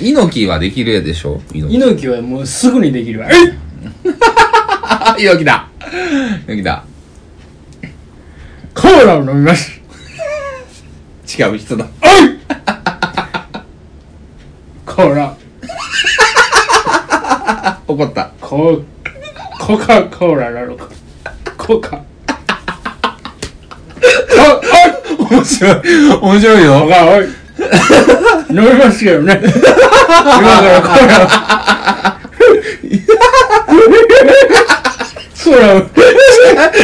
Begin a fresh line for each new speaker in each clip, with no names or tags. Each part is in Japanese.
猪木はできるでしょ猪
猪木はもうすぐにできるわえっ
木。猪木だ猪木だ。
コーラを飲みます
違う人だ。
おいコーラ
怒った。
ココカ・コーラなのかコカおい
面白い。面白い
お
よ。
いおい飲みますけどね今からコーラをコーラを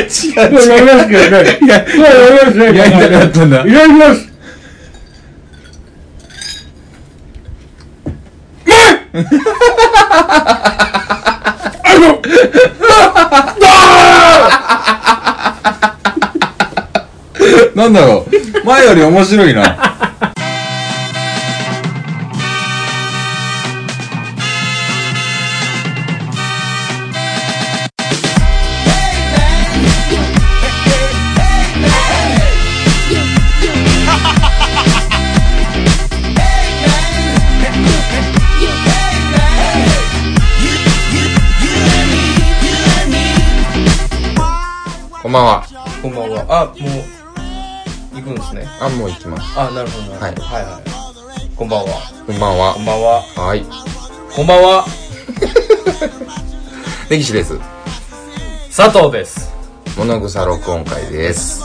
違う。
飲みますけど
い
ね
や
コーラ飲みますね
いや痛かったんだ
いただきます
なんだろう。前より面白いな。こんばんは。
こんばんは。あ、もう、行くんですね。
あ、もう行きます。
あ、なるほど、なるほど。はい、はい、こんばんは。
こんばん
こ
は
ん。ばんは。
はい。
こんばんは。
歴史です。
佐藤です。
物草録音会です。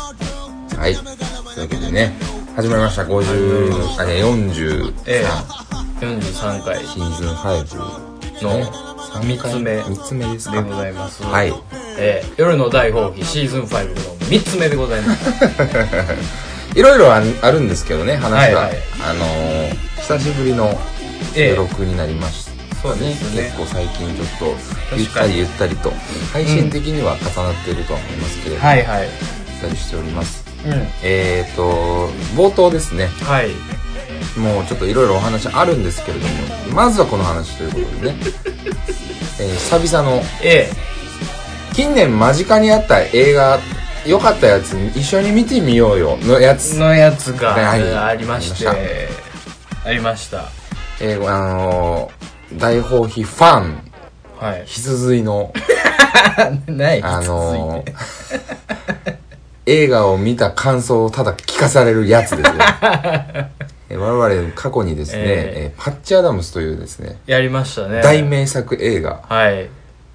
はい。というわけでね、始まりました。50、あ、ね、43、
ええ43回
シーズン5。
の三つ目
3つ目です
で
か。
ございます。
はい。
えー夜の大放棄シーズン5の3つ目でございます。
いろいろああるんですけどね、話が。
はいはい
あのー、久しぶりの
ええ
収録になりました。
そうですね
結構最近ちょっと、ゆ
に
ったりゆったりと、配信的には重なっているとは思いますけれども、
はいはい。
ゆったりしております。
うん。
えーと、冒頭ですね。
はい。
もうちょっといろいろお話あるんですけれどもまずはこの話ということでね、えー久々の
え
近年間近にあった映画良かったやつ一緒に見てみようよのや
ー
つ、
のやつが、
はい
えーありまして、
あり
ありました。
えーあのー大放棄ファン
はい。
必髄の
ない
あのー映画を見た感想をただ聞かされるやつですねえー我々過去にですね、
え
えーパッチ・アダムスというですね
やりましたね。
大。名作映画
はい。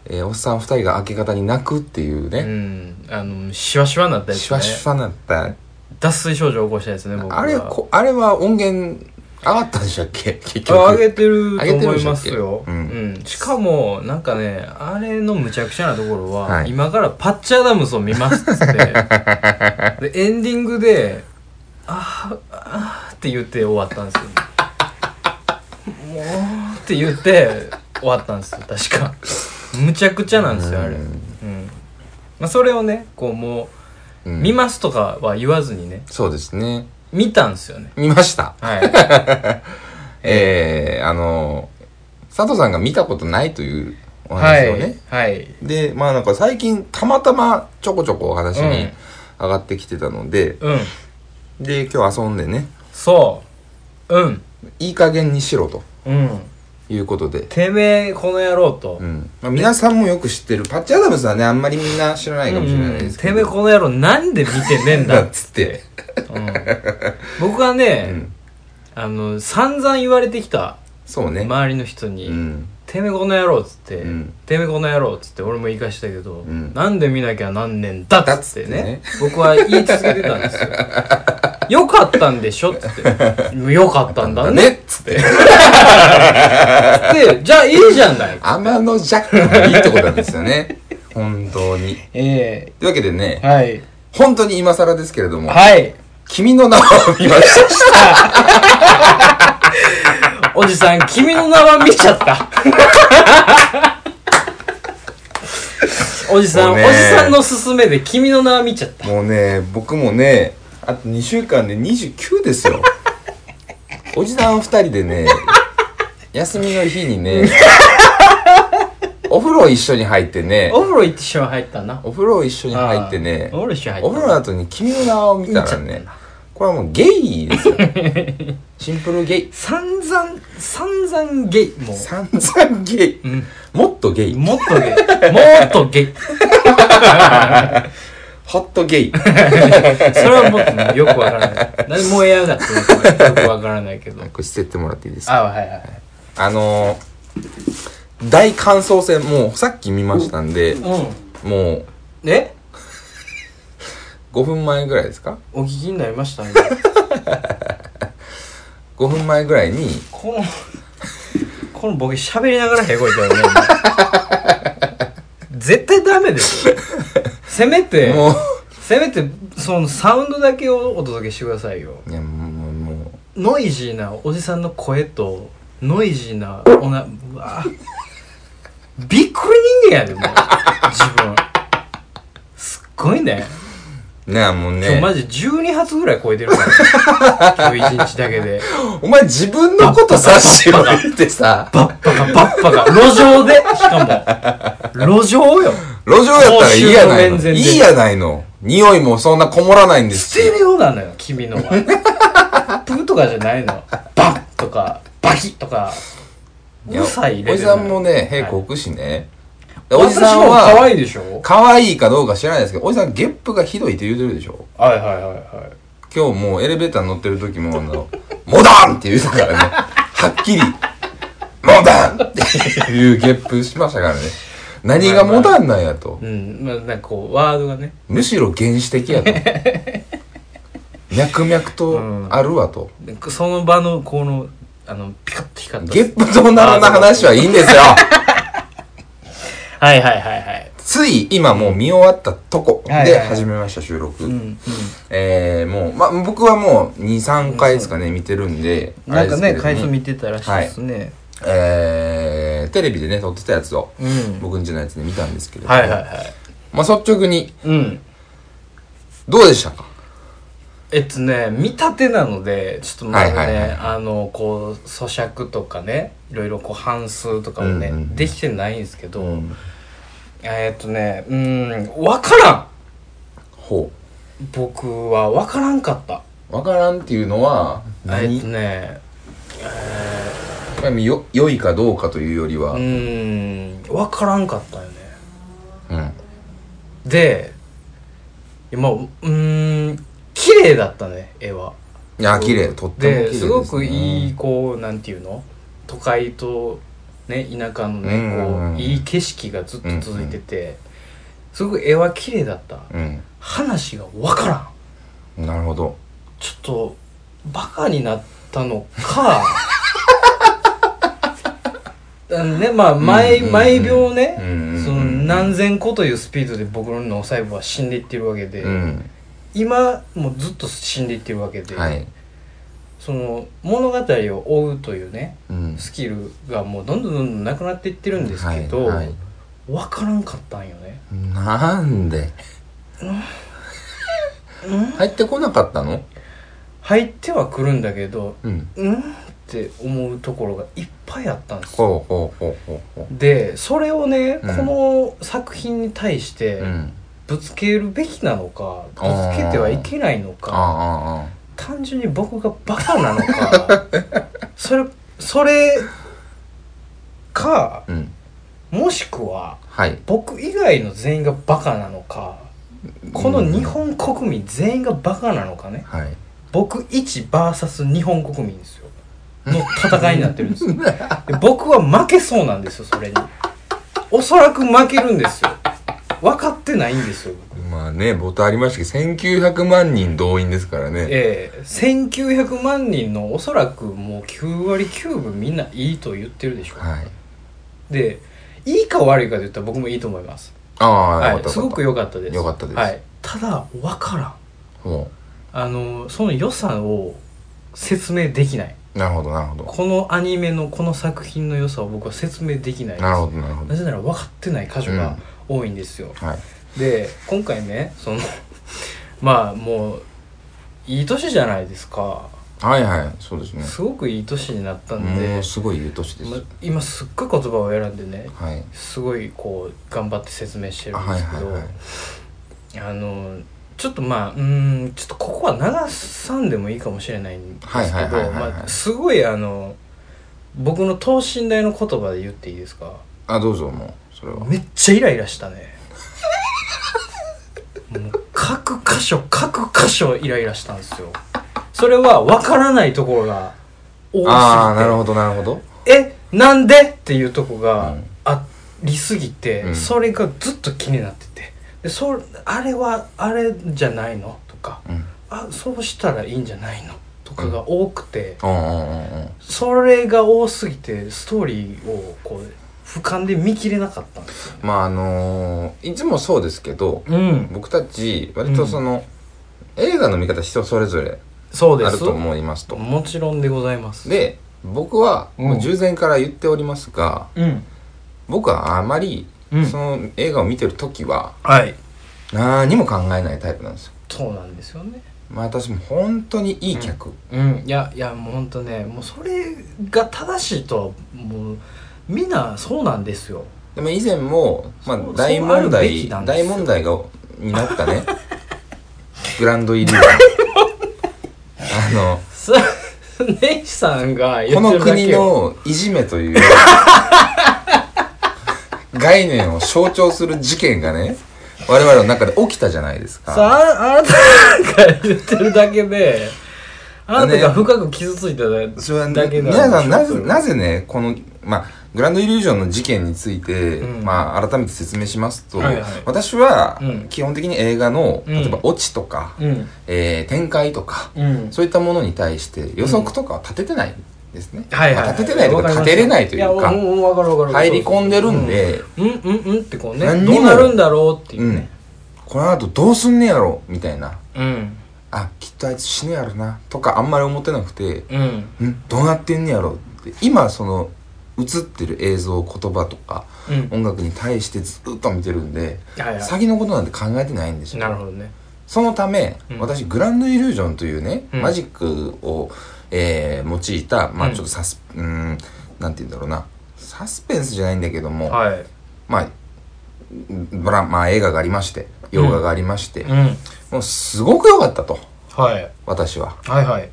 えーおっさん二人が明け方に泣くっていう
う
ね、
ん。あの、シワシワになったやつね。
シュワシュワなった。
脱水症状を起こしたやつね、僕は。
あれ、こあれは音源上がったんでしたっけ結局。
あ上げてると思いますよ。
上げてるんでしたっけ
うんしかも、なんかね、あれのむちゃくちゃなところは、
はい
今からパッチアダムスを見ますっつって、 で、エンディングで、あーあーって言って終わったんですよ。もうって言って終わったんですよ、確か。むちゃくちゃなんですよ、あれ。
う
うんん。まあ、それをね、こうも
う
う、
ん
見ますとかは言わずにね、
そうですね。
見たんですよね。
見ました。
はい。
えーあのー佐藤さんが見たことないというお話をね。
はい。はい。
で、まあなんか最近たまたまちょこちょこお話
う
に
ん
上がってきてたので、
うん。
で、今日遊んでね、
そう。うん。
いい加減にしろと
うん。
いうことで。
てめえ、この野郎と
う。んまあ、皆さんもよく知ってるパッチ・アダムスはねあんまりみんな知らないかもしれないですけ
て
ど、
めえ、この野郎、なんで見てねえんだ
だ
っ
っ
つ
つって、
って。うん僕は
う
ね、
ん、
あの、散々言われてきた。
そうね、
周りの人
う
に、
ん、
てめえ、この野郎っつって
うん、
てめえ、この野郎っつって、俺も言い返したけど
ん、
なんで見なきゃなんねんだっつって
だっ
ね。僕は言い続けてたんですよ。 よかったんでしょっつって。よかったんだねっ
っつって
て、じゃあいいじゃないか。
天のジャックがいいってことなんですよね本当に
え
というわけでね
えはい
本当に今更ですけれども
はい
君の名を見ました
おじさん、君の名は見ちゃった。おじさん、
も
お
う
じ
ね
さんの勧めで君の名は見ちゃった。
もうね僕もねあと2週間で29ですよおじさん2人でね休みの日にねお風呂一緒に入ってね
お風呂行ってしま入ったな。
お風呂一緒に入ってね
あーお風呂一緒に入った。
お風呂の後に君の名を見た
見ちゃ
ら
った
ね
な、
これはもうゲイですよシンプルゲイ
散々散々ゲイもう、
散々ゲイ
うん、
もっとゲイ
もっとゲイもっとゲイ
ホットゲイ
それはもっとねよくわからない何燃え上がってるのかよくわからないけ ど
これ捨ててもらっていいですか
あはいはい
あのー大感想戦もうさっき見ましたんで
う
もうん
え
5分前ぐらいですか
お聞きになりましたね
5分前ぐらいに
このこのボケ喋りながらへこいたよね今絶対ダメですよせめて
も
せめてそのサウンドだけをお届けしてくださいよ
ういやもうもうも
ノイジーなおじさんの声とノイジーなおなうわびっくり人間やでもう自分すっごいね
うねえもう
今日マ
ね
ジ12発ぐらい超えてるから、今日1日だけで
お前自分のことさしろってさ
バッパがバッパが路上でしかも路上よ
路上やったらいいやないの
公衆の面前で
いいやないの匂いもそんなこもらないんで
ス
す
テ
し
レオなのよ君のはプーとかじゃないのバッとかバキッとかう
いや
るさいレベ
お
ル
じ
な
さ
の
んもね屁こくしね、でおじ
私
さん
も可
は
愛いでしょ
可愛いかどうか知らないですけどおじさんゲップがひどいって言うてるでしょ
はいはいはいはい
今日もうエレベーター乗ってる時もあの 「モダン!」って言うてたからねはっきり「モダン!」っていうゲップしましたからね何がモダンなんやと、
うん、まあ、なんかこう、ワードがね。
むしろ原始的やと脈々とあるわと、
でその場の、この、あの、ピカッと光った。
ゲップとならな話はいいんですよ
はいはいはいはい。
つい今もう見終わったとこ
はいはい
で
はい
始めました収録、
うん、うん。
えー、もう、まあ、僕はもう23回ですかね見てるんで
なんかね、
回
回
数
数見てたらしいですね。
えー、テレビでね撮ってたやつを
うん。
僕んちのやつで見たんですけれども、
はいはいはい。
まあ、率直に
うん。
どうでしたか
えっとね、見立てなので、ちょっとまだね、
はいはいはい
あの、こう、咀嚼とかね、いろいろこう、半数とかもね、
うんうん
できてないんですけど、
うん
えっとね、うん、わからん
ほ
僕はわからんかった。
うわからんっていうのは
えっ
何
とね、
よ良いかどうかというよりは、
う
うん
ん、わからんかったよね。でまあうーん綺麗だったね絵はい
や綺麗とっても綺麗
で
です
すごくいい
ね
こうなんていうの都会とね田舎
う
の
んうんうん
ねこういい景色がずっと続いててすごく絵は綺麗だった話が分からん
うんなるほど
ちょっとバカになったの かあのねまあ
うん
毎,、
うんうん
毎秒ね、
うんうんうん
その何千個というスピードで僕の脳細胞は死んでいってるわけで、
うん
今もうずっと死んでいってるわけで、
はい、
その物語を追うというね
うん、
スキルがもうどんどんどんどんなくなっていってるんですけど、
はいはい
分からんかったんよね
なんで入ってこなかったの
入ってはくるんだけど
うん
うんって思うところがいっぱいあったんですよ
ほうほうほうほうほ
でそれをね、
うん
この作品に対し
う
て
うん
ぶつけるべきなのかぶつけてはいけないの
あ
か
あああ
単純に僕がバカなの かそれそれか
あうん
もしくは
はい
僕以外の全員がバカなのかこの日本国民全員がバカなのかね
はい
僕 1VS 日本国民ですよの戦いになってる んですよで僕は負けそうなんですよそれにおそらく負けるんですよ分かってないんですよ僕
まあね冒頭ありましたけど1900万人動員ですからね
ええ1900万人のおそらくもう9割9分みんないいと言ってるでしょ
はい
でいいか悪いかで言ったら僕もいいと思います
ああ、
は
よか
い
った
すごく
よ
良かったです
良かったです
はい、ただ分からん
かったほ
あのその良さを説明できないう
なるほどなるほど
このアニメのこの作品の良さを僕は説明できないです
なるほどなるほ
なぜなら分かってない箇所が多いんですよ、
どはい
で今回ねその まあもういい年じゃないですか
はいはいそうですね
すごくいい年になったんで、
もうすごい言う年です
ま今すっごい言葉を選んでね
はい
すごいこう頑張って説明してる
あ
んで
はい
すけ
はい
ど、
はい
あのちょっとまあうーんちょっとここは流さんでもいいかもしれないんです
はいは
け
いはいは
ど
いはい
まあすごいあの僕の等身大の言葉で言っていいですか
あどうぞもうそれは
めっちゃイライラし たねもう各箇所各箇所イライラしたんですよそれは分からないところが多すぎて
ああなるほどなるほど
えなんでっていうとこ
う
が
ん
ありすぎて、
うん
それがずっと気になっててでそあれはあれじゃないのとか
うん
あそうしたらいいんじゃないのとかが多くて、
うんうんうんうん
それが多すぎてストーリーをこう俯瞰で見切れなかったんですよね、
まああのーいつもそうですけど
うん
僕たち割とその、映画の見方人それぞれ
そうで
あ
す
ると思いますと
もちろんでございます
で僕は
うん
もう従前から言っておりますが、
うん
僕はあまり
うん
その映画を見てる時は
はい
何も考えないタイプなんですよ、
そうなんですよね
まあ、私も本当にいい客、
うんいやいやもうほんとねもうそれが正しいとはもうみんなそうなんですよ
でも以前も、まあ
そう、
大
そうある
問
べ
題
きなんです
大
よ
問題がになった ねグランドイリューあの
すネイシさんが言
こ
って
の
るだ
国
けを
のいじめという概念を象徴する事件がね我々の中で起きたじゃないです
さ
か
ああなたが言ってるだけであなたが深く傷ついただ
それは
だけなんでしょ
皆さんな
そ
ぜ
れは
なぜねこのまあグランドイリュージョンの事件について、
うん
まあ、改めて説明しますと、
はいはい
私は、
うん
基本的に映画の
うん
例えばオチとか、
うん
えー展開とか、
うん
そういったものに対して予測とかは立ててないんですね、
はいはい、
まあ立ててないというか
わりま
立
す
てれないというか
やうんうんわかるわかる
入り込んでるんで、
うんうんうんってこうね
何にも
どうなるんだろうっていううんね、
この後どうすんねやろみたいな
うん
あきっとあいつ死ぬやろなとかあんまり思ってなくて
うん
んどうなってんねやろって今その映ってる映像言葉とか
うん
音楽に対してずっと見てるんで
はいは
先のことなんて考えてないんです
い
よ
なるほどね
そのため、
うん
私グランドイリュージョンというね、
うん
マジックを、えー用いたまあ
うん
ちょっとサス、うーん、なんて言うんだろうなサスペンスじゃないんだけども、
はい
まあドラまあ映画がありまして洋画がありまして、
うん
もうすごく良かったと
はい
私は
はいはい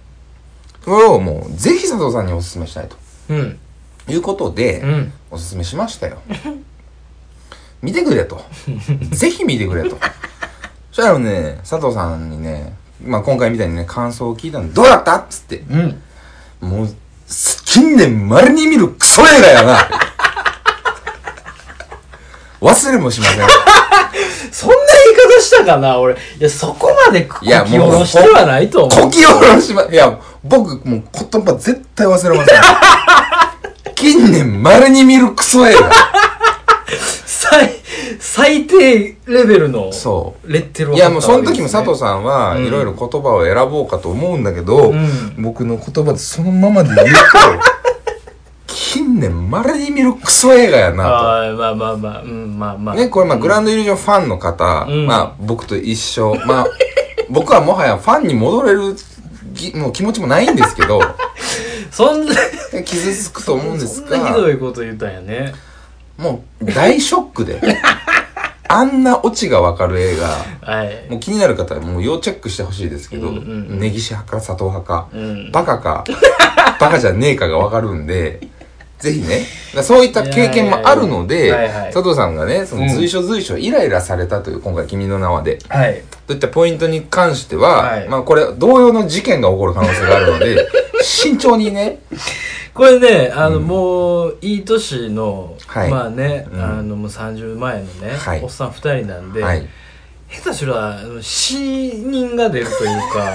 それをもうぜひ佐藤さんにお勧めしたいと
うん
いうことで、
うん
お勧めしましたよ見てくれとぜひ見てくれとそしたらね佐藤さんにね、まあ、今回みたいにね感想を聞いたのどうだったっつって
うん
もう近年まれに見るクソ映画やな忘れもしません
そんな言い方したかな俺いやそこまでこき
いや
下ろしてはないと思
こ
う
き下ろしま、いや、僕、もう言葉絶対忘れませ ん。近年、稀に見るクソ映画。
最最低レベルの
そ
レッテル
う。
を
い
貼
や、
った
もう
わ
その
け
時も
ですね
佐藤さんは、
うん
いろいろ言葉を選ぼうかと思うんだけど、
うん
僕の言葉でそのままで言うと、近年、稀に見るクソ映画やな
あーまあまあまあうんまあま
と。
あ
ね、これ、まあ、グランドイリュージョンファンの方、
うん
まあ、僕と一緒、まあ、僕はもはやファンに戻れるぎ、もう気持ちもないんですけ ど、
そんな
傷つくと思うんです
そ
が。
んなひどいこと言ったんやね
もう大ショックで あんなオチがわかる映画
はい
もう気になる方はもう要チェックしてほしいですけど、
うんうんうん
根岸派か佐藤派か、
うん
バカか バカじゃねえかがわかるんでぜひねそういった経験もあるの
い
で
やいやいやはいはい
佐藤さんがねそうの
ん
随所随所イライラされたという今回「君の名は」で
はい
といったポイントに関しては、
はい
まあこれ同様の事件が起こる可能性があるの で慎重にね
これねあの、もういい年の、
はい
まあね、
うん
あのもう30前のね、
はい
おっさん2人なんで、
はい
下手すらあの死人が出るという か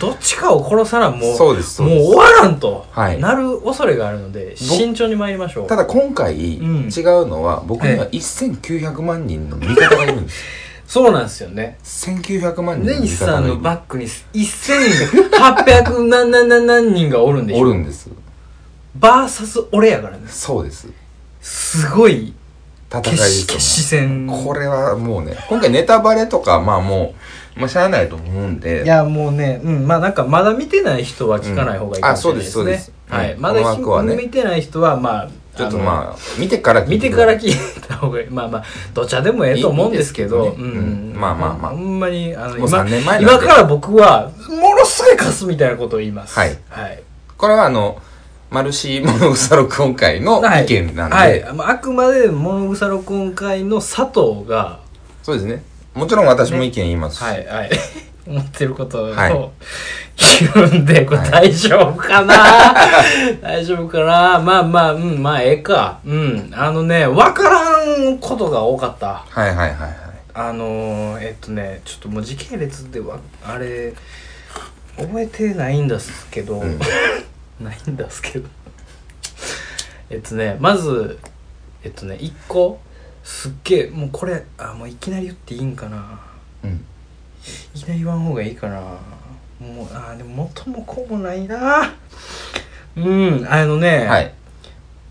どっちかを殺さなもう
そうですそう
もう
です
終わらんと、
はい
なる恐れがあるので慎重に参りましょう
ただ今回違う
うん
のは僕には1900万人の味方がいるんです
そうなんですよね
1900万人
根
の味
岸さ
方
ん
がい
の
る
バックに1800何何何何人がおるんでし
お
ょ
るんです
バーサス俺やからね
そうです
すごい
戦い
決
です
し
よ
決し戦
これはもうね今回ネタバレとかまあもうまあしゃあないと思うんで
いやもうね、うん、まあなんかまだ見てない人は聞かない方がいいかもしれないで
うんあそうですそう
すね。
です
はい、
うん
まだ
この枠はね
見てない人はまあ
ちょっとまあ見てから聞い
見
く
てから聞いた方がいいまあまあどちらでもええと思うんですけ
いい
ど
いいですけどね
うん
うんまあまあまあ
ほんまにあの
もう
今
3年前なんで
今から僕はものすごい貸すみたいなことを言います
はい
はい
これはあのマルシーモノウサ録音会の
はい
意見なんで、
はいまああくまで物草録音会の佐藤が
そうですねもちろん私も意見言いますし、
はいはい 思ってることを
はい
言うんでこれ
はい
大丈夫かな、 大丈夫かなまあまあうんまあええかうんあのね分からんことが多かった
はいはいはいはい
あのー、えっとねちょっともう時系列ではあれ覚えてないんですけど、
ん
ないんですけどえっとねまずえっとね1個すっげえもうこれあもういきなり言っていいんかな
うん
いきなり言わん方がいいかなもうあーでも元も子もないなうんあのね、
はい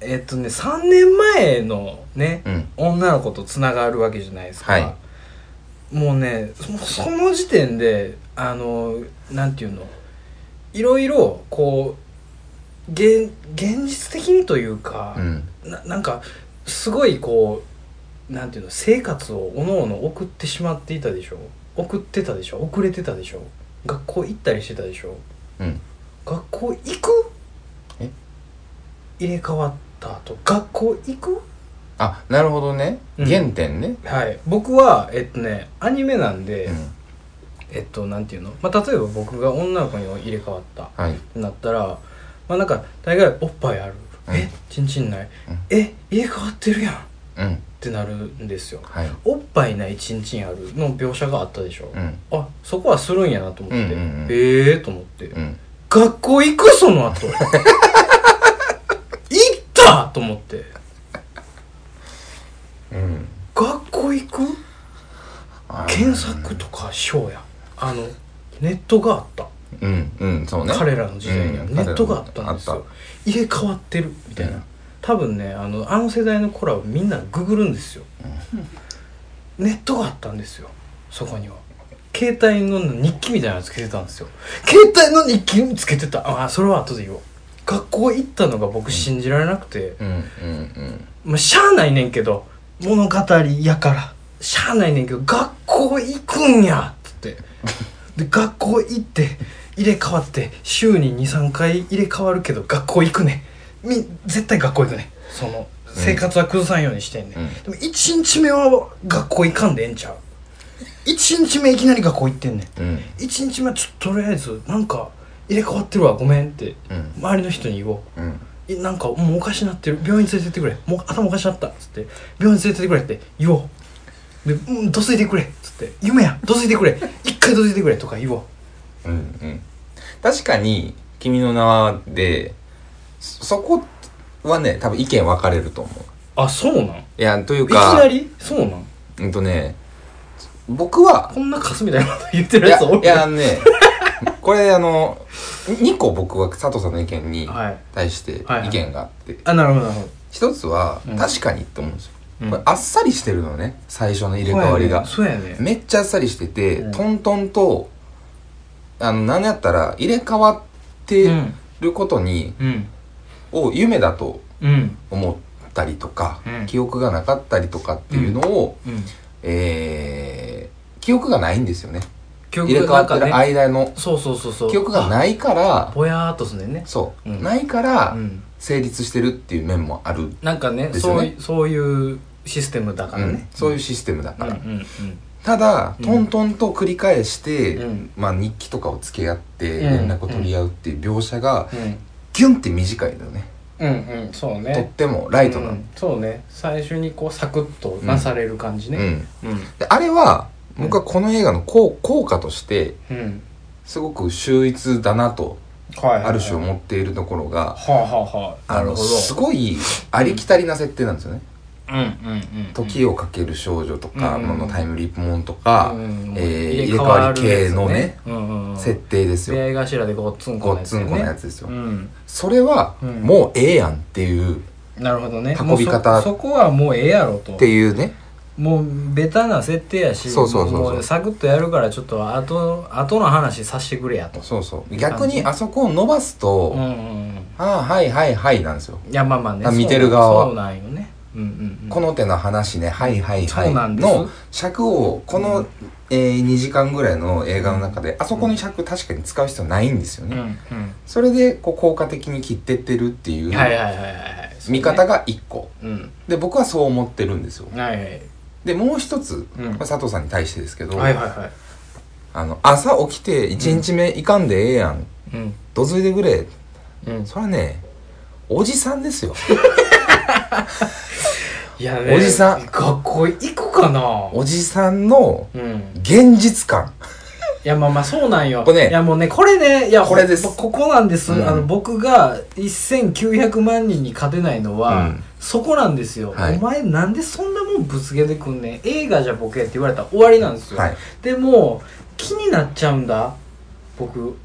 えっとね3年前のね、
うん
女の子とつながるわけじゃないですか、
はい
もうねそその時点であのなんていうのいろいろこう現現実的にというか、
うん
ななんかすごいこうなんていうの生活をおのおの送ってしまっていたでしょ送ってたでしょ遅れてたでしょ学校行ったりしてたでしょ
うん
学校行く
え
入れ替わった後学校行く
あなるほどね
うん
原点ね、
はい僕はえっとねアニメなんで、
うん
えっとなんていうの、まあ、例えば僕が女の子に入れ替わったっ
はい
てなったらまあなんか大概おっぱいある、
うん
えちんちんない、
うん
え入れ替わってるやんっ
うん
てなるんですよ
はい
おっぱいないちんちんあるの描写があったでしょ、
うん
あそこはするんやなと思って、
うんうんうん
ええー、と思って、
うん
学校行くその 後行ったと思って
うん
学校行く
あー
検索とかしようやあのネットがあった、
うんうんそうね
彼らの時代には
うん
ネットがあったんです
あっ
よ
た
入れ替わってるみたいな、
うん
多分ねあのあの世代の子らはみんなググるんですよ、ネットがあったんですよそこには携帯の日記みたいなのつけてたんですよ携帯の日記つけてたああそれは後で言おう学校行ったのが僕信じられなくて、
うんうん
まあ、しゃあないねんけど物語やからしゃあないねんけど学校行くんやっつってで学校行って入れ替わって週に23回入れ替わるけど学校行くねみ絶対学校行くねその生活は崩さんようにしてんね、
うん
でも1日目は学校行かんでええんちゃう1日目いきなり学校行ってんねん
うんうん
1日目はちょっととりあえずなんか入れ替わってるわごめんって
うん
周りの人に言お
う
う
ん
えなんかもうおかしなってる病院連れてってくれもう頭おかしなったっつって病院連れてってくれって言おうでうんどついてくれっつって夢やどついてくれ一回どついてくれとか言おう
うんうん確かに「君の名は」でそそこはね多分意見分かれると思う
あそうなんい
いやという
き
か
なりそうなん
うんとね僕は
こんなカスみたいなこと言って
い
るや
や
つお
い
る
やあのね これあの2個僕は佐藤さんの意見に
はい
対して
はいはい
意見があって、
あなるほどなるほ
一つは
うん
確かにって思うんですよ、
うん
これあっさりしてるのね最初の入れ替わりが、
そうやねそうやね
めっちゃあっさりしてて、
うん
トントンとあの何やったら入れ替わってることに、
うん
を夢だと
うん
思ったりとか、
うん
記憶がなかったりとかっていうのを、
うん
えー記憶がないんですよね
記
入れ
憶
替
が
わ
な
っ
んか
てる
ね
間の
そうそうそうそう
記憶がないから
ぼやーっとすんねんね
そう、
うん
ないから
うん
成立してるっていう面もある、
なんかね
ですよ
そう
ね
いそういうシステムだから
うん
ね
そういうシステムだから、
うんうん
ただ
うん
トントンと繰り返して、
うん
まあ、日記とかを付け合って
うん
連絡を取り合うっていう描写が
うんうん
ギュンって短いのね、
うんうんそうね
とってもライトなの、
う
うん
んそうね最初にこうサクッとなされる感じねうん
であれは
うん
僕はこの映画の効効果として
うん
すごく秀逸だなと
はい
ある種
は
思っているところが、
あはあはあな
あ
る
の
ほど
すごいありきたりな設定なんですよね、
うんうんうん
時をかける少女とか、
うん
ものタイムリープものとか、
うん
えー入
入れ
れ
替
替
わ
わ
る
り
や
系
つ
のね
うんうんうん
設定です
出
よ
会い頭でごっつんこ
ごっ
のやつ
つ
ね
んこのやつですよ、
うん
それは
うん
もうええやんっていう、っ
なるほどね
運び方
もうそそこはもうええやろと
ていうね
もうベタな設定やし
そうそうそうそう
もサクッとやるからちょっと後後の話させてくれやと
そうそう逆にあそこを伸ばすと、
うんうんうん
ああはいはいはいなんですよ、
いやまあまあね
あ
そう
見てる側は
そうなんよねうんうん、うん、
この手の話ねはいはいは
そう
い
なんです
の尺をこの、えー、2時間ぐらいの映画の中であそこに尺確かに使う必要ないんですよ
う
ね、
んうん
それでこう効果的に切ってってるっていう
はいはいはいはいはい
見方が1個
そうね
で僕はそう思ってるんですよ
うんはいはい
でもう一つ、
うん
まあ佐藤さんに対してですけど、
はいはいはい
あの朝起きて1日目いかんでええやん
うん
どついてくれ
うん
それはねおじさんですよ
いやね
おじさん
学校行くかな
おじさんの
うん
現実感
いやまあまあそうなんよ。
これね
いやもうね、これね、いや
これです
ほんまここなんです。
うん
あの僕が1900万人に勝てないの
う
は、
ん
そこなんですよ、
はい
お前なんでそんなもんぶつけてくんねん。映画じゃボケって言われたら終わりなんですよ。
はい
でも、気になっちゃうんだ。僕、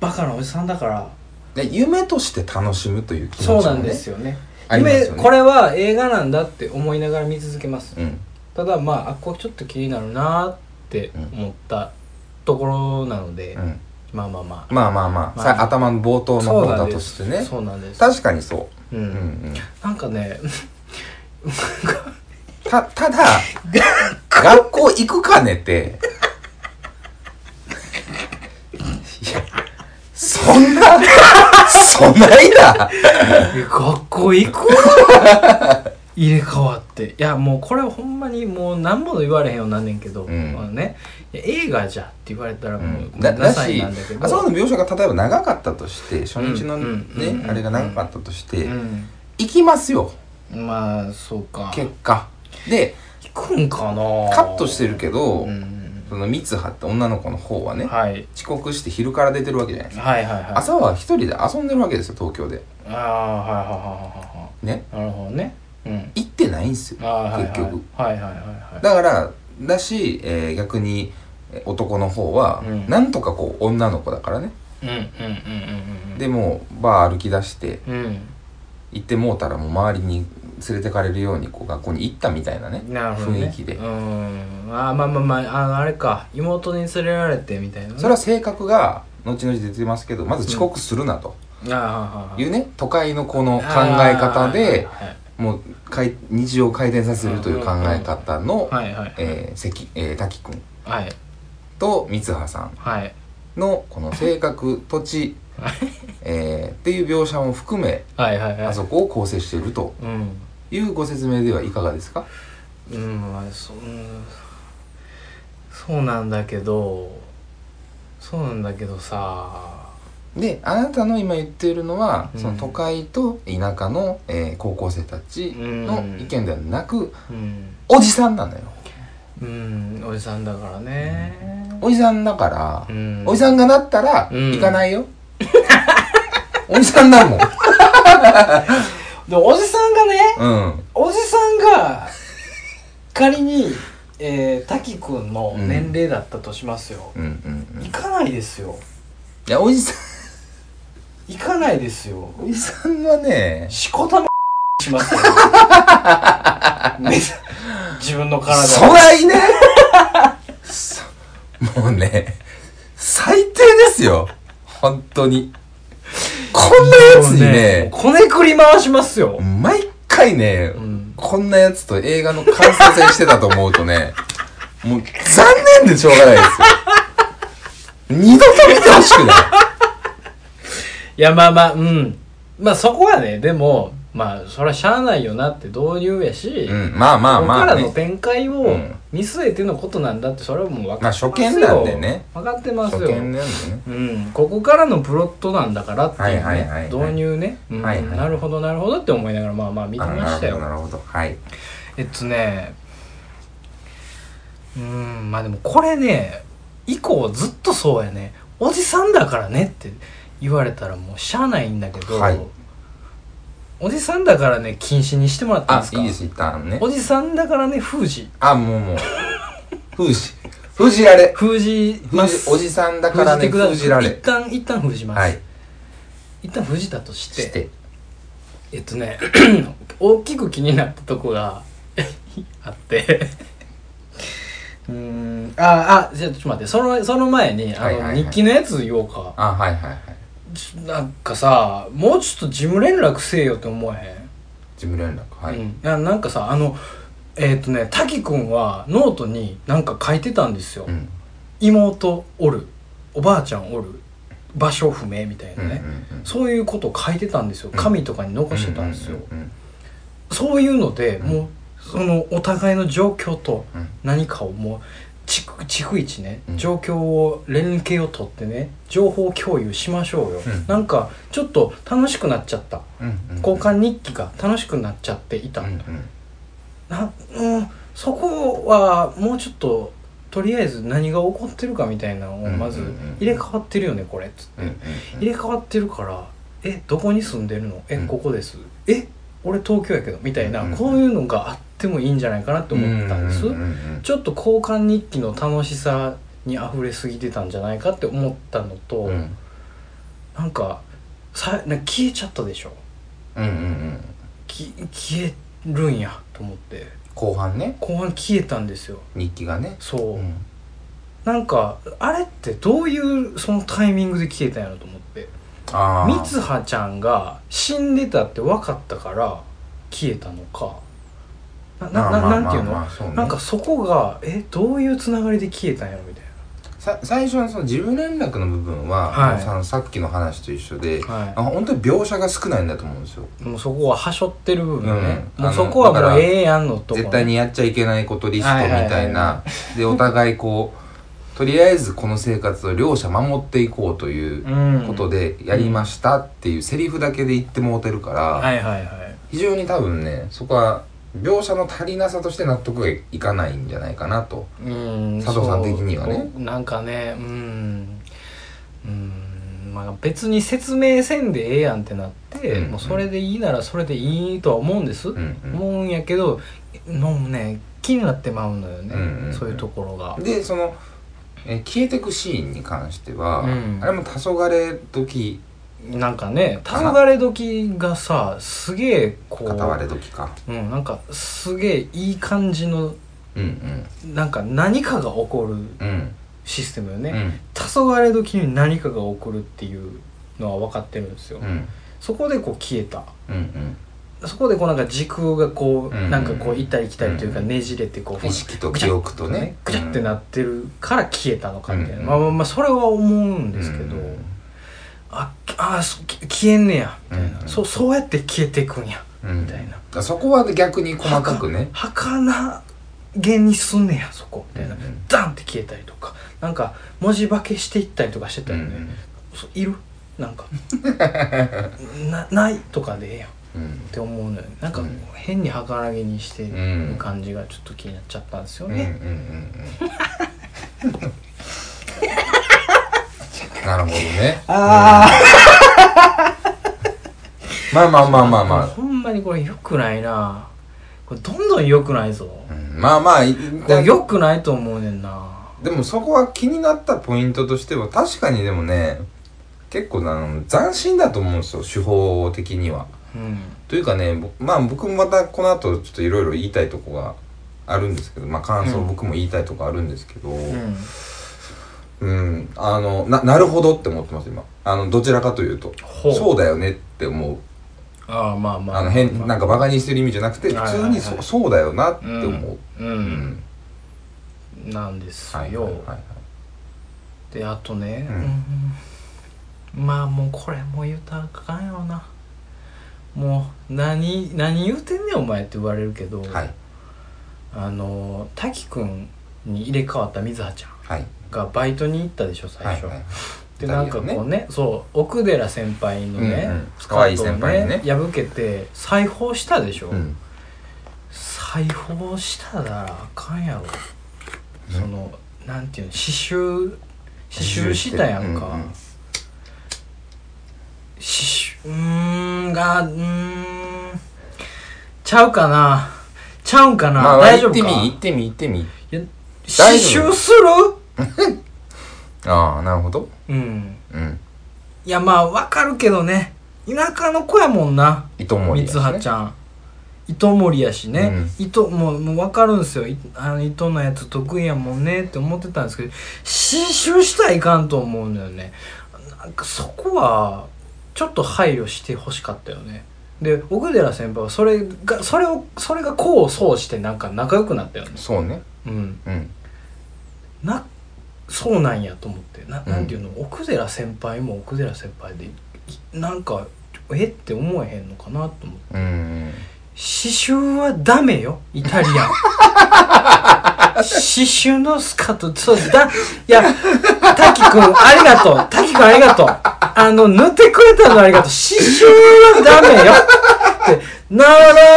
バカなおじさんだから。
で夢として楽しむという気持ち
そ
も、ね、
うなんですよね。
ありますよね
夢これは映画なんだって思いながら見続けます。
うん
ただまあ、あここちょっと気になるなーって思ったところなので、
うん、
まあまあまあ。
まあまあまあ、
まあ
さ頭の冒頭の
そう
方
なん
だ
で
として
す
ね
そうなんです。
確かにそうう、うんう
ん。
ん、
なんかね、
たただ学校行くかねっていやそんなそんないな
え学校行く入れ替わって。いや、もうこれほんまにもう何も言われへんようになんねんけど、
うん
まあね、いや映画じゃって言われたらもう、ごめ
だ
んな
だ
さい
し
なんだけど。
あそこの描写が例えば長かったとして初日の
うんうん
ね
うん
あれが長かったとして
うん
行きますよ
まあ、そうか。
結果で
行くんかな
カットしてるけど
うん
その三葉って女の子の方はね
はい。
遅刻して昼から出てるわけじゃないですか
はいはいはい。あ
朝は一人で遊んでるわけですよ東京で
あー、
ね
はいはいはいはいはい。なるほ どね。うん。
行ってないんですよ
ああ、はいはい。
結局
はいはいはいは
だからだし、えー逆にえー男の方は、
うん
なんとかこう女の子だからね、
い。うんうんうんうんうん。
でもうバー歩き出して
うん。
行ってもうたらもう周りに連れてかれるようにこう学校に行ったみたいなね
なるほど、ね、
雰囲気で
うーんあーまあまあまああのあれか妹に連れられてみたいなね
それは性格が後々出てますけどまず遅刻するなと
あーはいいう
ね、都会のこの考
はい
え方で
はい
もうかい日常を回転させるという考え方の、
はいはい
えー関えー滝君
はい
と三葉さん
はい
のこの性格土地、えーっていう描写も含め
はいはいはい
あそこを構成していると
うん
いうご説明ではいかがですか
うんまあそうんそうなんだけどそうなんだけどさ
であなたの今言っているのは、
うん
その都会と田舎の、えー高校生たちの意見ではなく、
うん
おじさんなのよ
うんおじさんだからね
おじさんだから、
うん
おじさんがなったら
うん
行かないよ、おじさん だもん
でおじさんがね
うん
おじさんが仮に、えー、滝くんの年齢だったとしますよ、
うんうんうん
行かないですよ
いやおじさ
行かないですよ
んおじさんはね
しこたまします よめ自分の体
そないねそ もうね最低ですよ本当にこんなやつにね
もうもうこねくり回しますよ、
毎回ね、
ん
こんなやつと映画の感想戦してたと思うと ねもう残念でしょうがないですよ二度と見てほしくない
いやまあまあうんまあそこはねでもまあそりゃしゃあないよなって導入やし、
うん、まあまあまあ、
ここからの
ね、
展開を
うん
見据えてのことなんだってそれはもう分かってますよ、
まあ初見なんでね
分かってます
初見
よ
なんでね
うん、ここからのプロットなんだからっていう、ね
はいはいはいはい
導入ね、うん
はいはい
なるほどなるほどって思いながらまあまあ見て
あ
ましたよ
なるほどなるほどはい
えっとねうんまあでもこれね以降ずっとそうやねおじさんだからねって言われたらもうしゃあないんだけど、
はい
おじさんだからね禁止にしてもらっていい
あ
ですか
いいです一旦ね
おじさんだからね封じ
あもうもう封じ封じられ
封じま
封じ
す
おじさんだからね
封じてくだ
封じられ
一旦一旦封じます、
はい
一旦封じたとして
して
えっとね 大きく気になったとこが あってうーんああじゃあちょっと待ってそのその前にあの、
はいはいはい
日記のやつ言おうか
あはいはいはい
ちなんかさもうちょっと事務連絡せえよって思わへん、
事務連絡はい、
うん、いやなんかさあのえっ、とね滝くんはノートになんか書いてたんですよ、
うん
妹おるおばあちゃんおる場所不明みたいな
うんうん
ね、
うん
そういうことを書いてたんですよ紙とかに残してたんですよ、
うんうん
そういうので、もうそのお互いの状況と
うん
何かをもう逐逐一ね
うん
状況を連携を取ってね情報共有しましょうよ、
うん
なんかちょっと楽しくなっちゃった
うんうん
交換日記が楽しくなっちゃっていた、
うん
なうん、そこはもうちょっととりあえず何が起こってるかみたいなのをまず
うんうんうん
入れ替わってるよねこれっつって、
うんうん
入れ替わってるから「えどこに住んでるのえ
うん
ここです」え俺東京やけど」みたいな、
うんうん
こういうのがあってもいいんじゃないかなって思ったんです、
うううん
ちょっと交換日記の楽しさに溢れすぎてたんじゃないかって思ったのと、
うんうん
なんかさなんか消えちゃったでしょ
うんうん
き消えるんやと思って
後半ね
後半消えたんですよ
日記がね
そう、
うん
なんかあれってどういうそのタイミングで消えたんやろと思って
ああ
みつはちゃんが死んでたって分かったから消えたのかななななんていうの
の
なんかそこがえどういうつながりで消えたんやろみたい
さ最初のその自分連絡の部分は、
はい
そのさっきの話と一緒で、
な、はい
あ本当に描写が少ないんだと思うんですよ
もうそこははしょってる部分ね、
うん
も
あの
うそこは
だか
も
ら
うええやんのとこね
絶対にやっちゃいけないことリストみた
はいはい
い
は
なでお互いこうとりあえずこの生活を両者守っていこうという
うん
ことでやりましたっていうセリフだけで言ってもうてるから、
はいはいはい
非常に多分ねそこは描写の足りなさとして納得がいかないんじゃないかなと
うん
佐藤さん的にはね
そうなんかねうんうんまあ別に説明せんでええやんってなって、
うん
もうそれでいいならそれでいいとは思うんです、
んうん
思うんやけどもうね気になってまうのよね、
うんうんうん
そういうところが
でその、えー消えてくシーンに関しては、
うん
あれも黄昏時
なんかね黄昏時がさすげえこう
片割れ時か
うんなんかすげえいい感じの
うん
なんか何かが起こる
うんうん
システムよ
う
ね、
ん
黄昏時に何かが起こるっていうのは分かってるんですよ、
うん
そこでこう消えた
うん
そこでこうなんか時空がこう、
うん
なんかこう行ったり来たりというか
うん
ねじれてこう、
うん意識と記憶とね
ぐちゃってなってるから消えたのかみたいな、
うん
まあまあまあそれは思うんですけど、
うん
ああそき消えんねやみたいな、
うん
そうそうやって消えていくんや
うん
みたいな
うんそこは逆に細かくね
はか儚げにすんねやそこみたいな、
うんうん
ダンって消えたりとかなんか文字化けしていったりとかしてたよね、
うん
そいるな んかなないとかでええやんっ
うん
て思うのよねなんか
うん
変に儚げにして
う
る
ん
感じがちょっと気になっちゃったんですよ
うんうんうん
ね、
うんなるほどね
あ
まあまあまあまあ
あ、
まあ
ほんまにこれ良くないなこれどんどん良くないぞ、
うんまあまあい
これ良くないと思うねんな
でもそこは気になったポイントとしては確かにでもね結構あの斬新だと思うんですよ手法的には。
うん
というかねぼまあ僕もまたこの後ちょっといろいろ言いたいとこがあるんですけどまあ感想
うん
僕も言いたいとこあるんですけど、う
うんん
あのななるほどって思ってます今あのどちらかというと
ほう
そうだよねって思う
ああまあまあ
あの変なんかバカにしてる意味じゃなくて
はいはい
普
は
通
い
にそそうだよなって思う。
うん、
う
うん
ん
なんですよ、
はいはいはい
であとね、
う
うんまあもうこれもう言うたらあかんよなもう何何言うてんねんお前って言われるけど、
はい
あの滝くんに入れ替わった水葉ちゃん
はい
がバイトに行ったでしょ最
はい
初、
はい
でなんかこうねそう奥寺先輩のね、
うんうん
スカ
可愛い
ートを
先輩にね
破けて裁縫したでしょ、
うん
裁縫したらあかんやろ、そのなんていうの刺繍刺繍したやんか、
うんうん
刺繍うーんがうーんちゃうかなちゃうんかな、
まあ、
大丈夫か
行ってみ行ってみ行って
いや
大
刺
丈夫
繍する
みああなるほど
うん
うん
いやまあわかるけどね田舎の子やもんな
糸森
三葉ちゃん糸森やしね、糸もうもう分かるんですよいあの糸のやつ得意やもんねって思ってたんですけど刺繍したらいかんと思うのよねなんかそこはちょっと配慮してほしかったよねで奥寺先輩はそれがそれをそれが功を奏してなんか仲良くなったよね
そうね
うん
うん
なそうなんやと思ってななんていうの、奥寺先輩も奥寺先輩でいなんかえって思えへんのかなと思って
うん
刺繍はダメよイタリアン刺繍のスカートそうだいや滝くんありがとう滝くんありがとうあの塗ってくれたのありがとう刺繍はダメよってな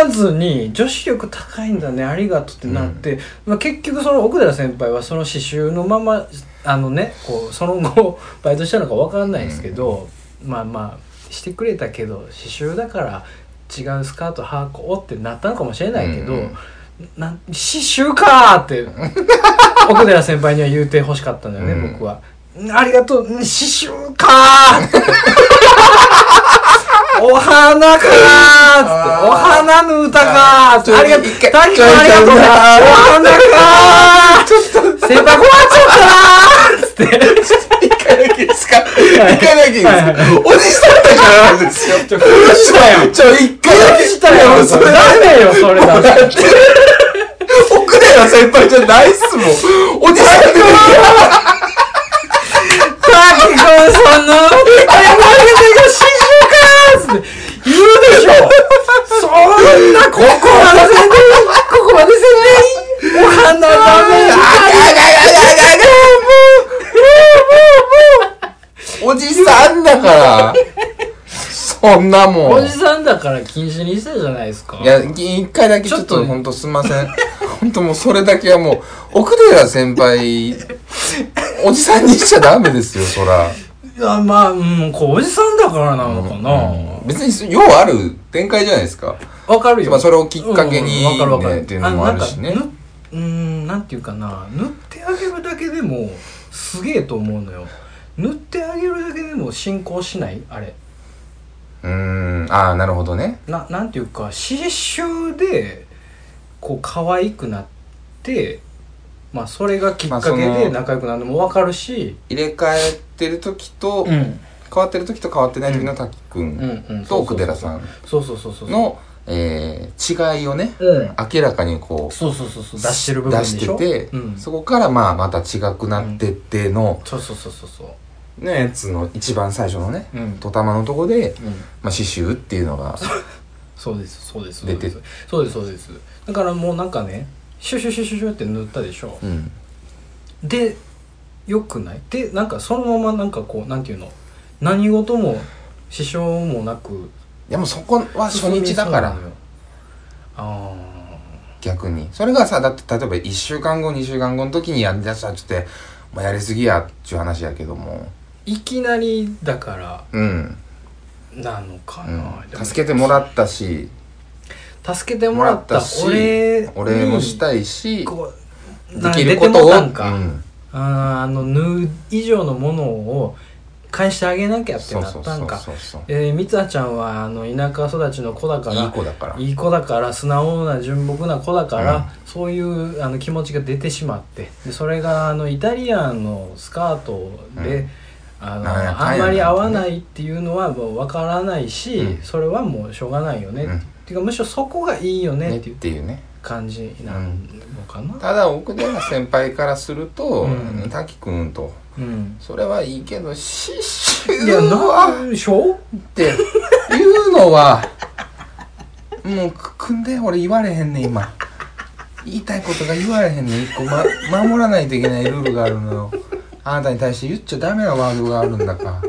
らずに女子力高いんだねありがとうってなって、まあ、結局その奥寺先輩はその刺繍のままあのねこうその後バイトしたのか分かんないですけど、まあまあしてくれたけど刺繍だから違うスカートはこうってなったのかもしれないけど、
うん
なん刺繍かーって 奥寺先輩には言うてほしかったんだよね、
うん
僕は。んありがとううん刺繍かー ってお花かーっつって
あー
お花の歌かーっつってありがとう
一回
谷君ありがとうございますお花かー先輩困っちゃったーっつって
一回だけですか一
い
回だけです
はい
かおじさんだからなんですよちょ
殺したよ
ちょ一回だけ
どうしたよ
そ
そ
れ
れダメよそれだって
奥寺先輩じゃないっすもんおじさんだから
滝君その、あれ、マジで刺繍かーっつって言うでしょ そんな、ここまでせんでいいここまでせんでいいお花ダメ
おじさんだからそんなも
お
ん
じさんだから禁止にしたじゃないですか。
いや一回だけちょっ
ちょっ
と
と
本当すんません 本当もうそれだけはもう奥寺先 輩おじさんにしちゃダメですよそら
いやまあ、うん、こう、おじさんだからなのかな
うん別にようある展開じゃないですか
わ、かるよ。
まあそれをきっかけに
うんわかるわか
ね
る。
っていうのもあるしね
あのなんかぬうん、なんていうかな、塗ってあげるだけでも、すげえと思うのよ。塗ってあげるだけでも進行しないあれ。
うーんああなるほどね
ななんていうか刺繍でこう可愛くなってまあそれがきっかけ
まあそ
で
の
仲良くなるのも分かるし、
入れ替えてる時と、変
ん、
わってる時と変わってない時の滝く
うんんうん
と奥寺さ
ん
ん
そうそうそうそう
の、えー違いをね
うん
明らかにこう
そうそうそうそう出してる部分でしょ
出してて、
うん、そ
そこからまあまた違くなってっての、
うそうそうそうそう
ねやつの一番最初のね
うん、うん、
とたまのとこで、まあ、刺繍っていうのが
そうですそうですそ
出
う
て
ですそうですそうですだからもうなんかねシュシュシュシュシュって塗ったでしょ、
うん
でよくないでなんかそのままなんかこうなんていうの何事も支障もなく
でもそこは初日だから
そうなのよあ
逆にそれがさだって例えば1週間後2週間後の時にやりだしたっつってもうやりすぎやっちゅう話やけども
ーいきなりだから
うん、
なのか
う
な、で
ん、助けてもらったし
助けてもらった
も
俺
らったしお礼もしたいし
こう
できることを
な出てもうたんか、
うん
あーあの縫う以上のものを返してあげなきゃって
そう
な
そ
っ
う
た
そ
ん
う
か
そうそう
えー、みつあちゃんはあの田舎育ちの子だから
いい子だから
いい子だから素直な純朴な子だから、
うん
そういうあの気持ちが出てしまってでそれがあのイタリアンのスカートで、あの
なんやかんや
あ
なん
んま
てね
り合わないっていうのはもう分からないし、
うん
それはもうしょうがないよね、
うん
っていうかむしろそこがいいよね
ね
っ
って
いう
ていうね
感じなのかな、
ただ奥寺先輩からすると
うん
滝くんと
うん
それはいいけど刺
いや
繍は
なんでしょ
っていうのはもうくんで俺言われへんねん今言いたいことが言われへんねん一個、ま、守らないといけないルールがあるのよあなたに対して言っちゃダメなワードがあるんだから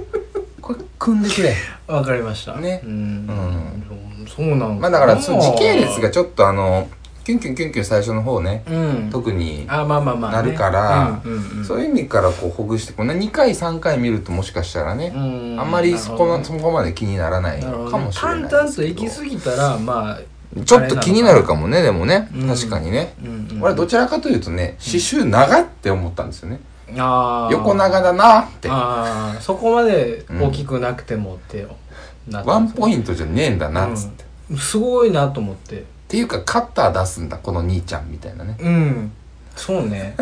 これ組んでくれ
わかりました
ね
うん、そうなの
まあだからその時系列がちょっとあのキュンキュンキュンキュン最初の方ね
うん
特に
あまあまあまあ、ね、
なるから
うんうんうん、
そういう意味からこうほぐしてこんな2回3回見るともしかしたらね、あんまりそこ
な
まそこまで気にならない
な
か
るほどね
もしれない
淡々と
で
行き
す
過ぎたらまあ
けどちょっと気になるかもねでもね、
うん
確かにね、
うんうん
俺どちらかというとね刺繍長って思ったんですよね、
あー
横長だなって
あーそこまで大きくなくてもってなった
ワ
ん
ン
ですよ
ポイントじゃねえんだなっつって、っ
うんすごいなと思って
ていうかカッター出すんだこの兄ちゃんみたいなね
うんそ うね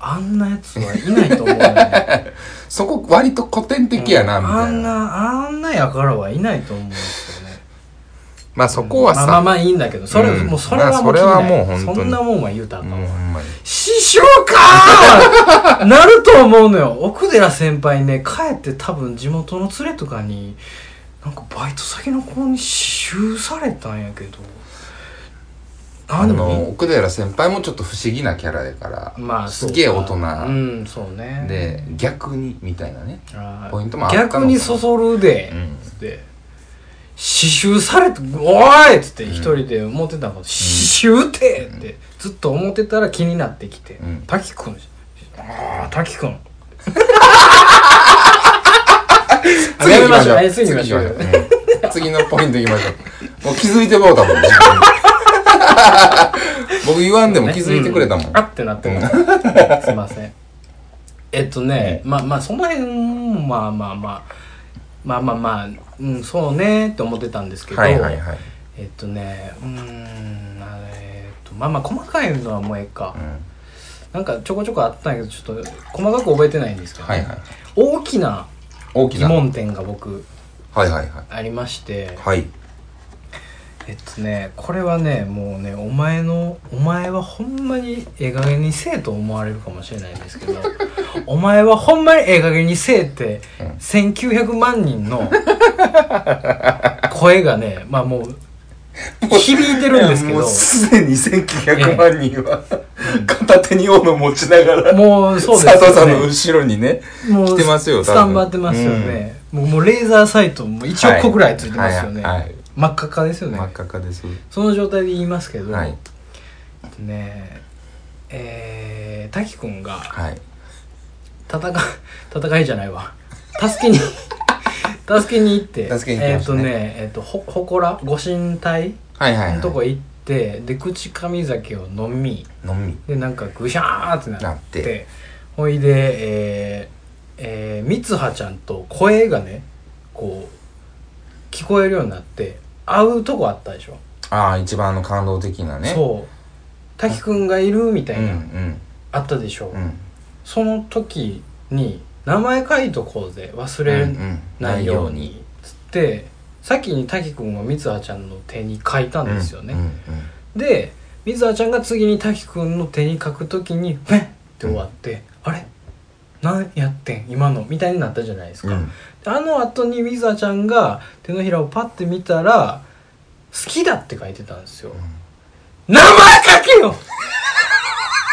あんなやつはいないと思うね
そこ割と古典的やな、み
あ
たい
ん
な。
なあんなやからはいないと思うんですよね
まあそこは
ま
さ、
あまあまあいいんだけどそれ,、
うん
もうそれはもう
まあそれはもう
気にな
本
い
当に
そんなもんは言うたらあかんわ
もうほんまに。
師匠か なると思うのよ奥寺先輩ね帰って多分地元の連れとかになんかバイト先の子に刺繍されたんやけど
あ
あで
の、
も
奥寺先輩もちょっと不思議なキャラやから、
まあそ
す
うか
げえ大
うんそうね
人で、逆に、みたいなね。
あー
ポイントもあったのか
逆にそそるで、
うん
つって刺繍されて「おーい!」っつって一人で思ってたの、刺繍って!」ってずっと思ってたら気になってきて
うん
「滝くん」ああ滝くん」あやめましょう
次行きましょう
はい次行き
う
ま
ん次のポイントいきましょう。もう気づいてもうたもん、ね、僕言わんでも気づいてくれたもん。
うんあってなっても すいませんえっとね、まあまあその辺まあまあまあまあまあまあ、うん、そうねって思ってたんですけど、
はいはいはい。
えっとねうーんあえっとまあまあ細かいのはもうええか、
うん
なんかちょこちょこあったんやけどちょっと細かく覚えてないんですけど、
はいはい。
大きな
大き
疑
な。はい
問点が僕
はいはい。
ありまして
はい。
えっとねこれはねもうねお前のお前はほんまにええ加減にせえと思われるかもしれないんで すけどお前はほんまにええ加減にせえって、
うん
1900万人の声がねまあもう響いてるんですけど
もうすでに1900万人は、片手に斧持ちながら、
もうそうです
佐藤さ
よ
ん
ね
の後ろにね、
もう
来てますよ多分
スタンバってますよね、もうもうレーザーサイトも1億個ぐらいついてますよね、
はいはいはい
真っ赤っかですよね
真っ赤かです。
その状態で言いますけど、
はい。
ねええー、滝くんが
はい。
戦 い戦いじゃないわ助けに 助けに行って
助けに行きましたね
えっ、とねえっ、とほほこらご神体
はいはい、はい。
のとこ行って、で口上酒を飲み
のみ。
でなんかぐしゃーってなって
なって
ほいでえーえー、みつはちゃんと声がねこう聞こえるようになって会うとこあったでしょ、
ああ、一番あの感動的なね。う。
そう滝くんがいるみた
う
い
ん
な、あったでしょ、
うん。うん。
その時に名前書いとこうぜ忘れないようにつって先に滝くんはみつはちゃんの手に書いたんですよね、
うんうん
で水輪ちゃんが次に滝くんの手に書くときに「フェッ!」って終わって「あれ何やってん今の」みたいになったじゃないです
うん
か、であの後に水輪ちゃんが手のひらをパッて見たら「好きだ」って書いてたんですよ、名前書けよ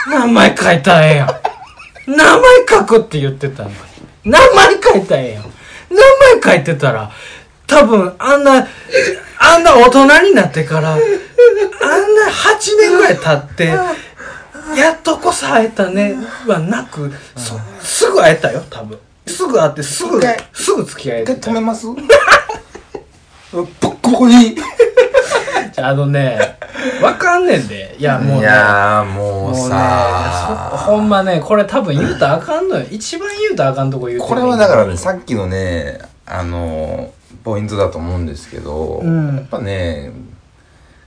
名前書いたらええやん名前書くって言ってたのに名前書いたらええやん名前書いてたら多分あんなあんな大人になってからあんな8年ぐらい経ってやっとこそ会えたねはなくそすぐ会えたよ多分すぐ会ってすぐ
一回
すぐ付き合え
一回
て
止めますボッコボコに。
あのねわかんねんでいやもうね
いやーもう
もうね
さ、
そほんまねこれ多分言うたらあかんのよ一番言うたらあかんとこ言うてん
これはだからね、さっきのね、あの、ポイントだと思うんですけど、
うん
やっぱね、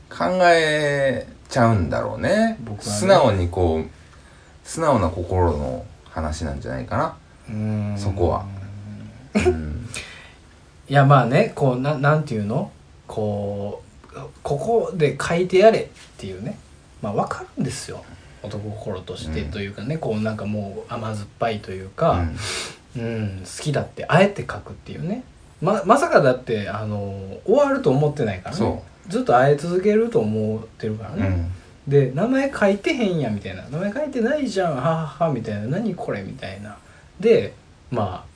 考えちゃうんだろうね。
僕はね
素直にこう、素直な心の話なんじゃないかな、
うん
そこは。うん
いやまあねこうななんていうのこうここで書いてやれっていうねまあわかるんですよ男心として
うん
というかね、こうなんかもう甘酸っぱいという
う
か
ん
うん、好きだってあえて書くっていうねままさかだってあの終わると思ってないからね
そ
ずっと会え続けると思ってるから
う
ね、
ん
で名前書いてへんやみたいな名前書いてないじゃんはははみたいな何これみたいなでまあ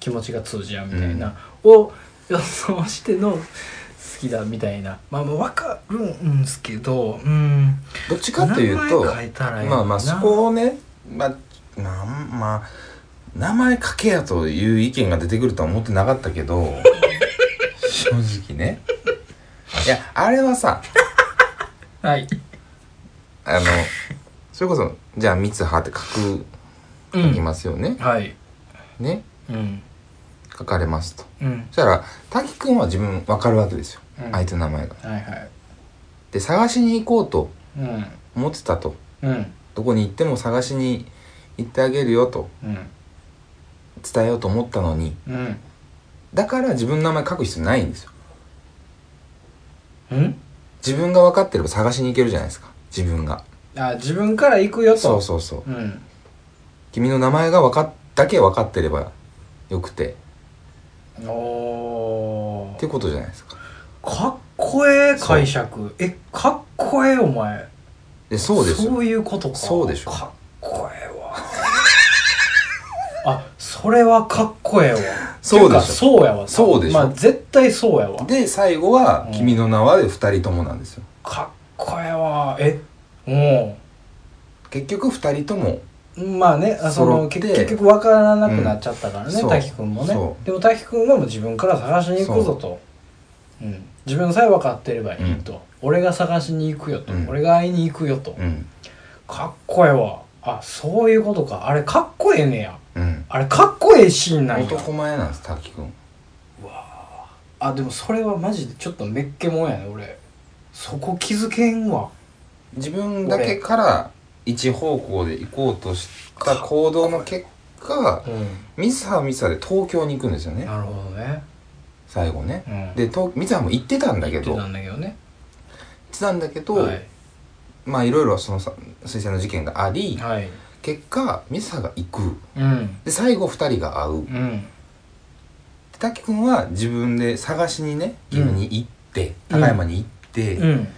気持ちが通じやんみたいな、を予想しての好きだみたいなまあまあ分かるんすけどうん
どっちかというと
名前変えたらいいな
まあまあそこをねまあなんまあ名前書けやという意見が出てくるとは思ってなかったけ ど正直ねいやあれはさ
はい
あのそれこそじゃあ「三葉」って書く
う
書き
ん
ますよね、
はい
ね
うん
書かれますと
うん
そしたら滝くんは自分分かるわけですよ、
うん
相手の名前が
はいはい
で探しに行こうと
うん
思ってたと
うん
どこに行っても探しに行ってあげるよと
うん
伝えようと思ったのに
うん
だから自分の名前書く必要ないんですよ
うん
自分が分かってれば探しに行けるじゃないですか自分が
あ自分から行くよと
そうそうそう
うん
君の名前が分かっだけ分かってればよくて
お
って
ー
ことじゃないですか
かっこええ解釈えかっこええお前
でそうですよ
そういうことか
そうでしょ
かっこええわ あそれはかっこええわ
そうでしょ
ていかそうやわ
そうでしょ
まあ絶対そうやわ
で最後は「
うん
君の名は」で2人ともなんですよ
かっこええわえも
結局2人とも
うんまあねあそ
揃
の
って
け結局わからなくなっちゃったから
うん
ね、
そう
滝くんもね
そ
でも滝くんはもう自分から探しに行くぞとう、ん、自分さえ分かってればいいと、俺が探しに行くよと、
うん
俺が会いに行くよと、
うん
かっこええわあそういうことかあれかっこええねや
うん
あれかっこええシーンなんや
男前なんです滝君
あでもそれはマジでちょっとめっけもんやね俺そこ気づけんわ
自分だけから一方向で行こうとした行動の結果
うん
ミサはミサで東京に行くんですよね
なるほどね、
最後ね
うん、
で東ミサも行ってたんだけ
言って
ど
た
行っ
んだけどね
てたんだけど、
はい
まあいろいろそのさ推薦の事件があり
はい
結果ミサが行く
うん
で最後2人が会う
うん
滝君は自分で探しにね岐阜に行って、
うん
高山に行って、
うん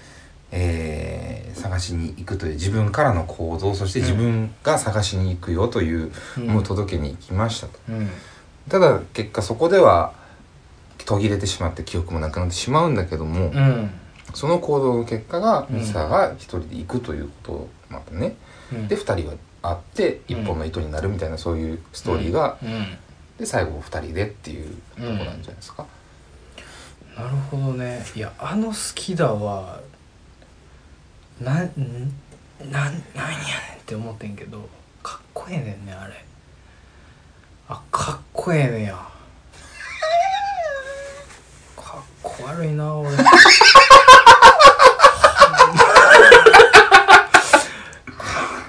えー探しに行くという自分からの行動そして自分が探しに行くよというものを届けに行きましたと、
うん
ただ結果そこでは途切れてしまって記憶もなくなってしまうんだけども、
うん
その行動の結果が
うん
ミサが一人で行くということまたね、
うん
で2人は会って一本の糸になるみたいなそういうストーリーが、
うん
で最後2人でっていうとこなんじゃないですか、
なるほどねいやあの「好きだは」なんんなんなんやねんって思ってんけどかっこええねんねあれあかっこええねやかっこ悪いな俺 かっ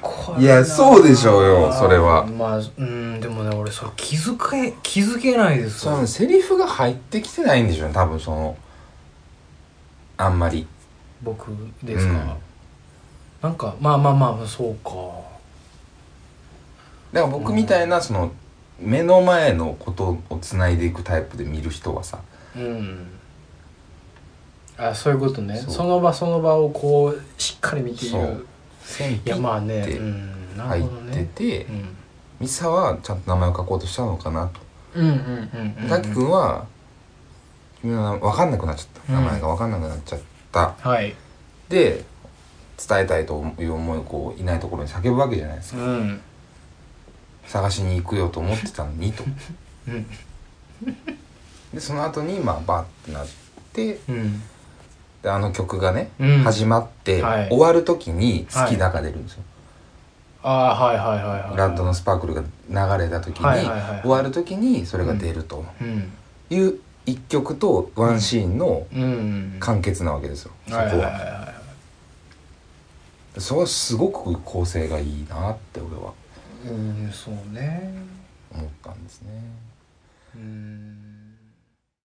こ悪ない
やそうでしょうよそれは
まあうんでもね俺それ気づけ気づけないです
そ
わ
のセリフが入ってきてないんでしょうね多分そのあんまり
僕ですか、
うん
なんかまあまあまあそうか
だから僕みたいなその目の前のことをつないでいくタイプで見る人はさ
うんあそういうことね
そ
そうの場その場をこうしっかり見てい
そう
る
線
い
ピ
や
ッ
まあね
って
うんな
入
る
っ
ほど
て
ね、
て
うん、
ミサはちゃんと名前を書こうとしたのかなと
うんうんうんうん
タキ君は君の名前分かんなくなっちゃった
う
名
ん
前が分かんなくなっちゃった
はい
で伝えたいという思いをこういないところに叫ぶわけじゃないです
う
か
ん
探しに行くよと思ってたのにと
うん
でその後にまあバッてなって
うん
であの曲がね、
うん
始まって、
はい
終わる時に「好きだ」が出るんですよ、
ああはいはいはいはい
ラッドのスパークルが流れた時に、
はいはいはいはい
終わる時にそれが出ると
うん
いう一曲とワンシーンの
うんうん
完結なわけですよ、そこは,、
はいはいはいは
それはすごく構成がいいなって俺はい
うんそうね
思ったんですね
うん